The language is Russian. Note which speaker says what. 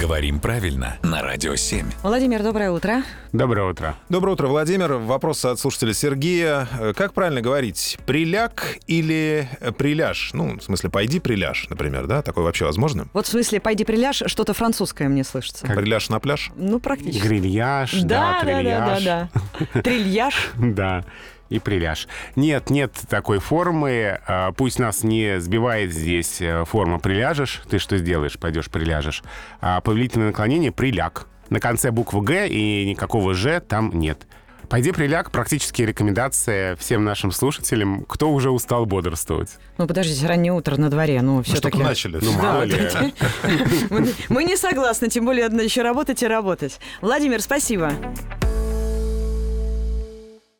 Speaker 1: Говорим правильно на Радио 7.
Speaker 2: Владимир, доброе утро.
Speaker 3: Доброе утро.
Speaker 4: Доброе утро, Владимир. Вопрос от слушателя Сергея. Э, Как правильно говорить? Приляг или э, приляж? Ну, в смысле, пойди приляж, например, да? Такое вообще возможно?
Speaker 2: Вот в смысле «пойди приляж» что-то французское мне слышится.
Speaker 3: Как?
Speaker 4: Приляж на пляж?
Speaker 2: Ну, практически.
Speaker 3: Грильяж, да,
Speaker 2: да, да,
Speaker 3: трильяж.
Speaker 2: да, да. Трильяж.
Speaker 3: Да, и приляж. Нет, нет такой формы. А, Пусть нас не сбивает здесь э, форма приляжешь. Ты что сделаешь? Пойдешь приляжешь. А повелительное наклонение приляг. На конце буквы «г» и никакого «ж» там нет. Пойди приляг, практически рекомендация всем нашим слушателям, кто уже устал бодрствовать.
Speaker 2: Ну, подождите, раннее утро на дворе, ну,
Speaker 4: Ну,
Speaker 2: все-таки...
Speaker 4: чтобы начали.
Speaker 3: Ну, мало ли.
Speaker 2: Мы не согласны, тем более надо еще работать и работать. Владимир, спасибо.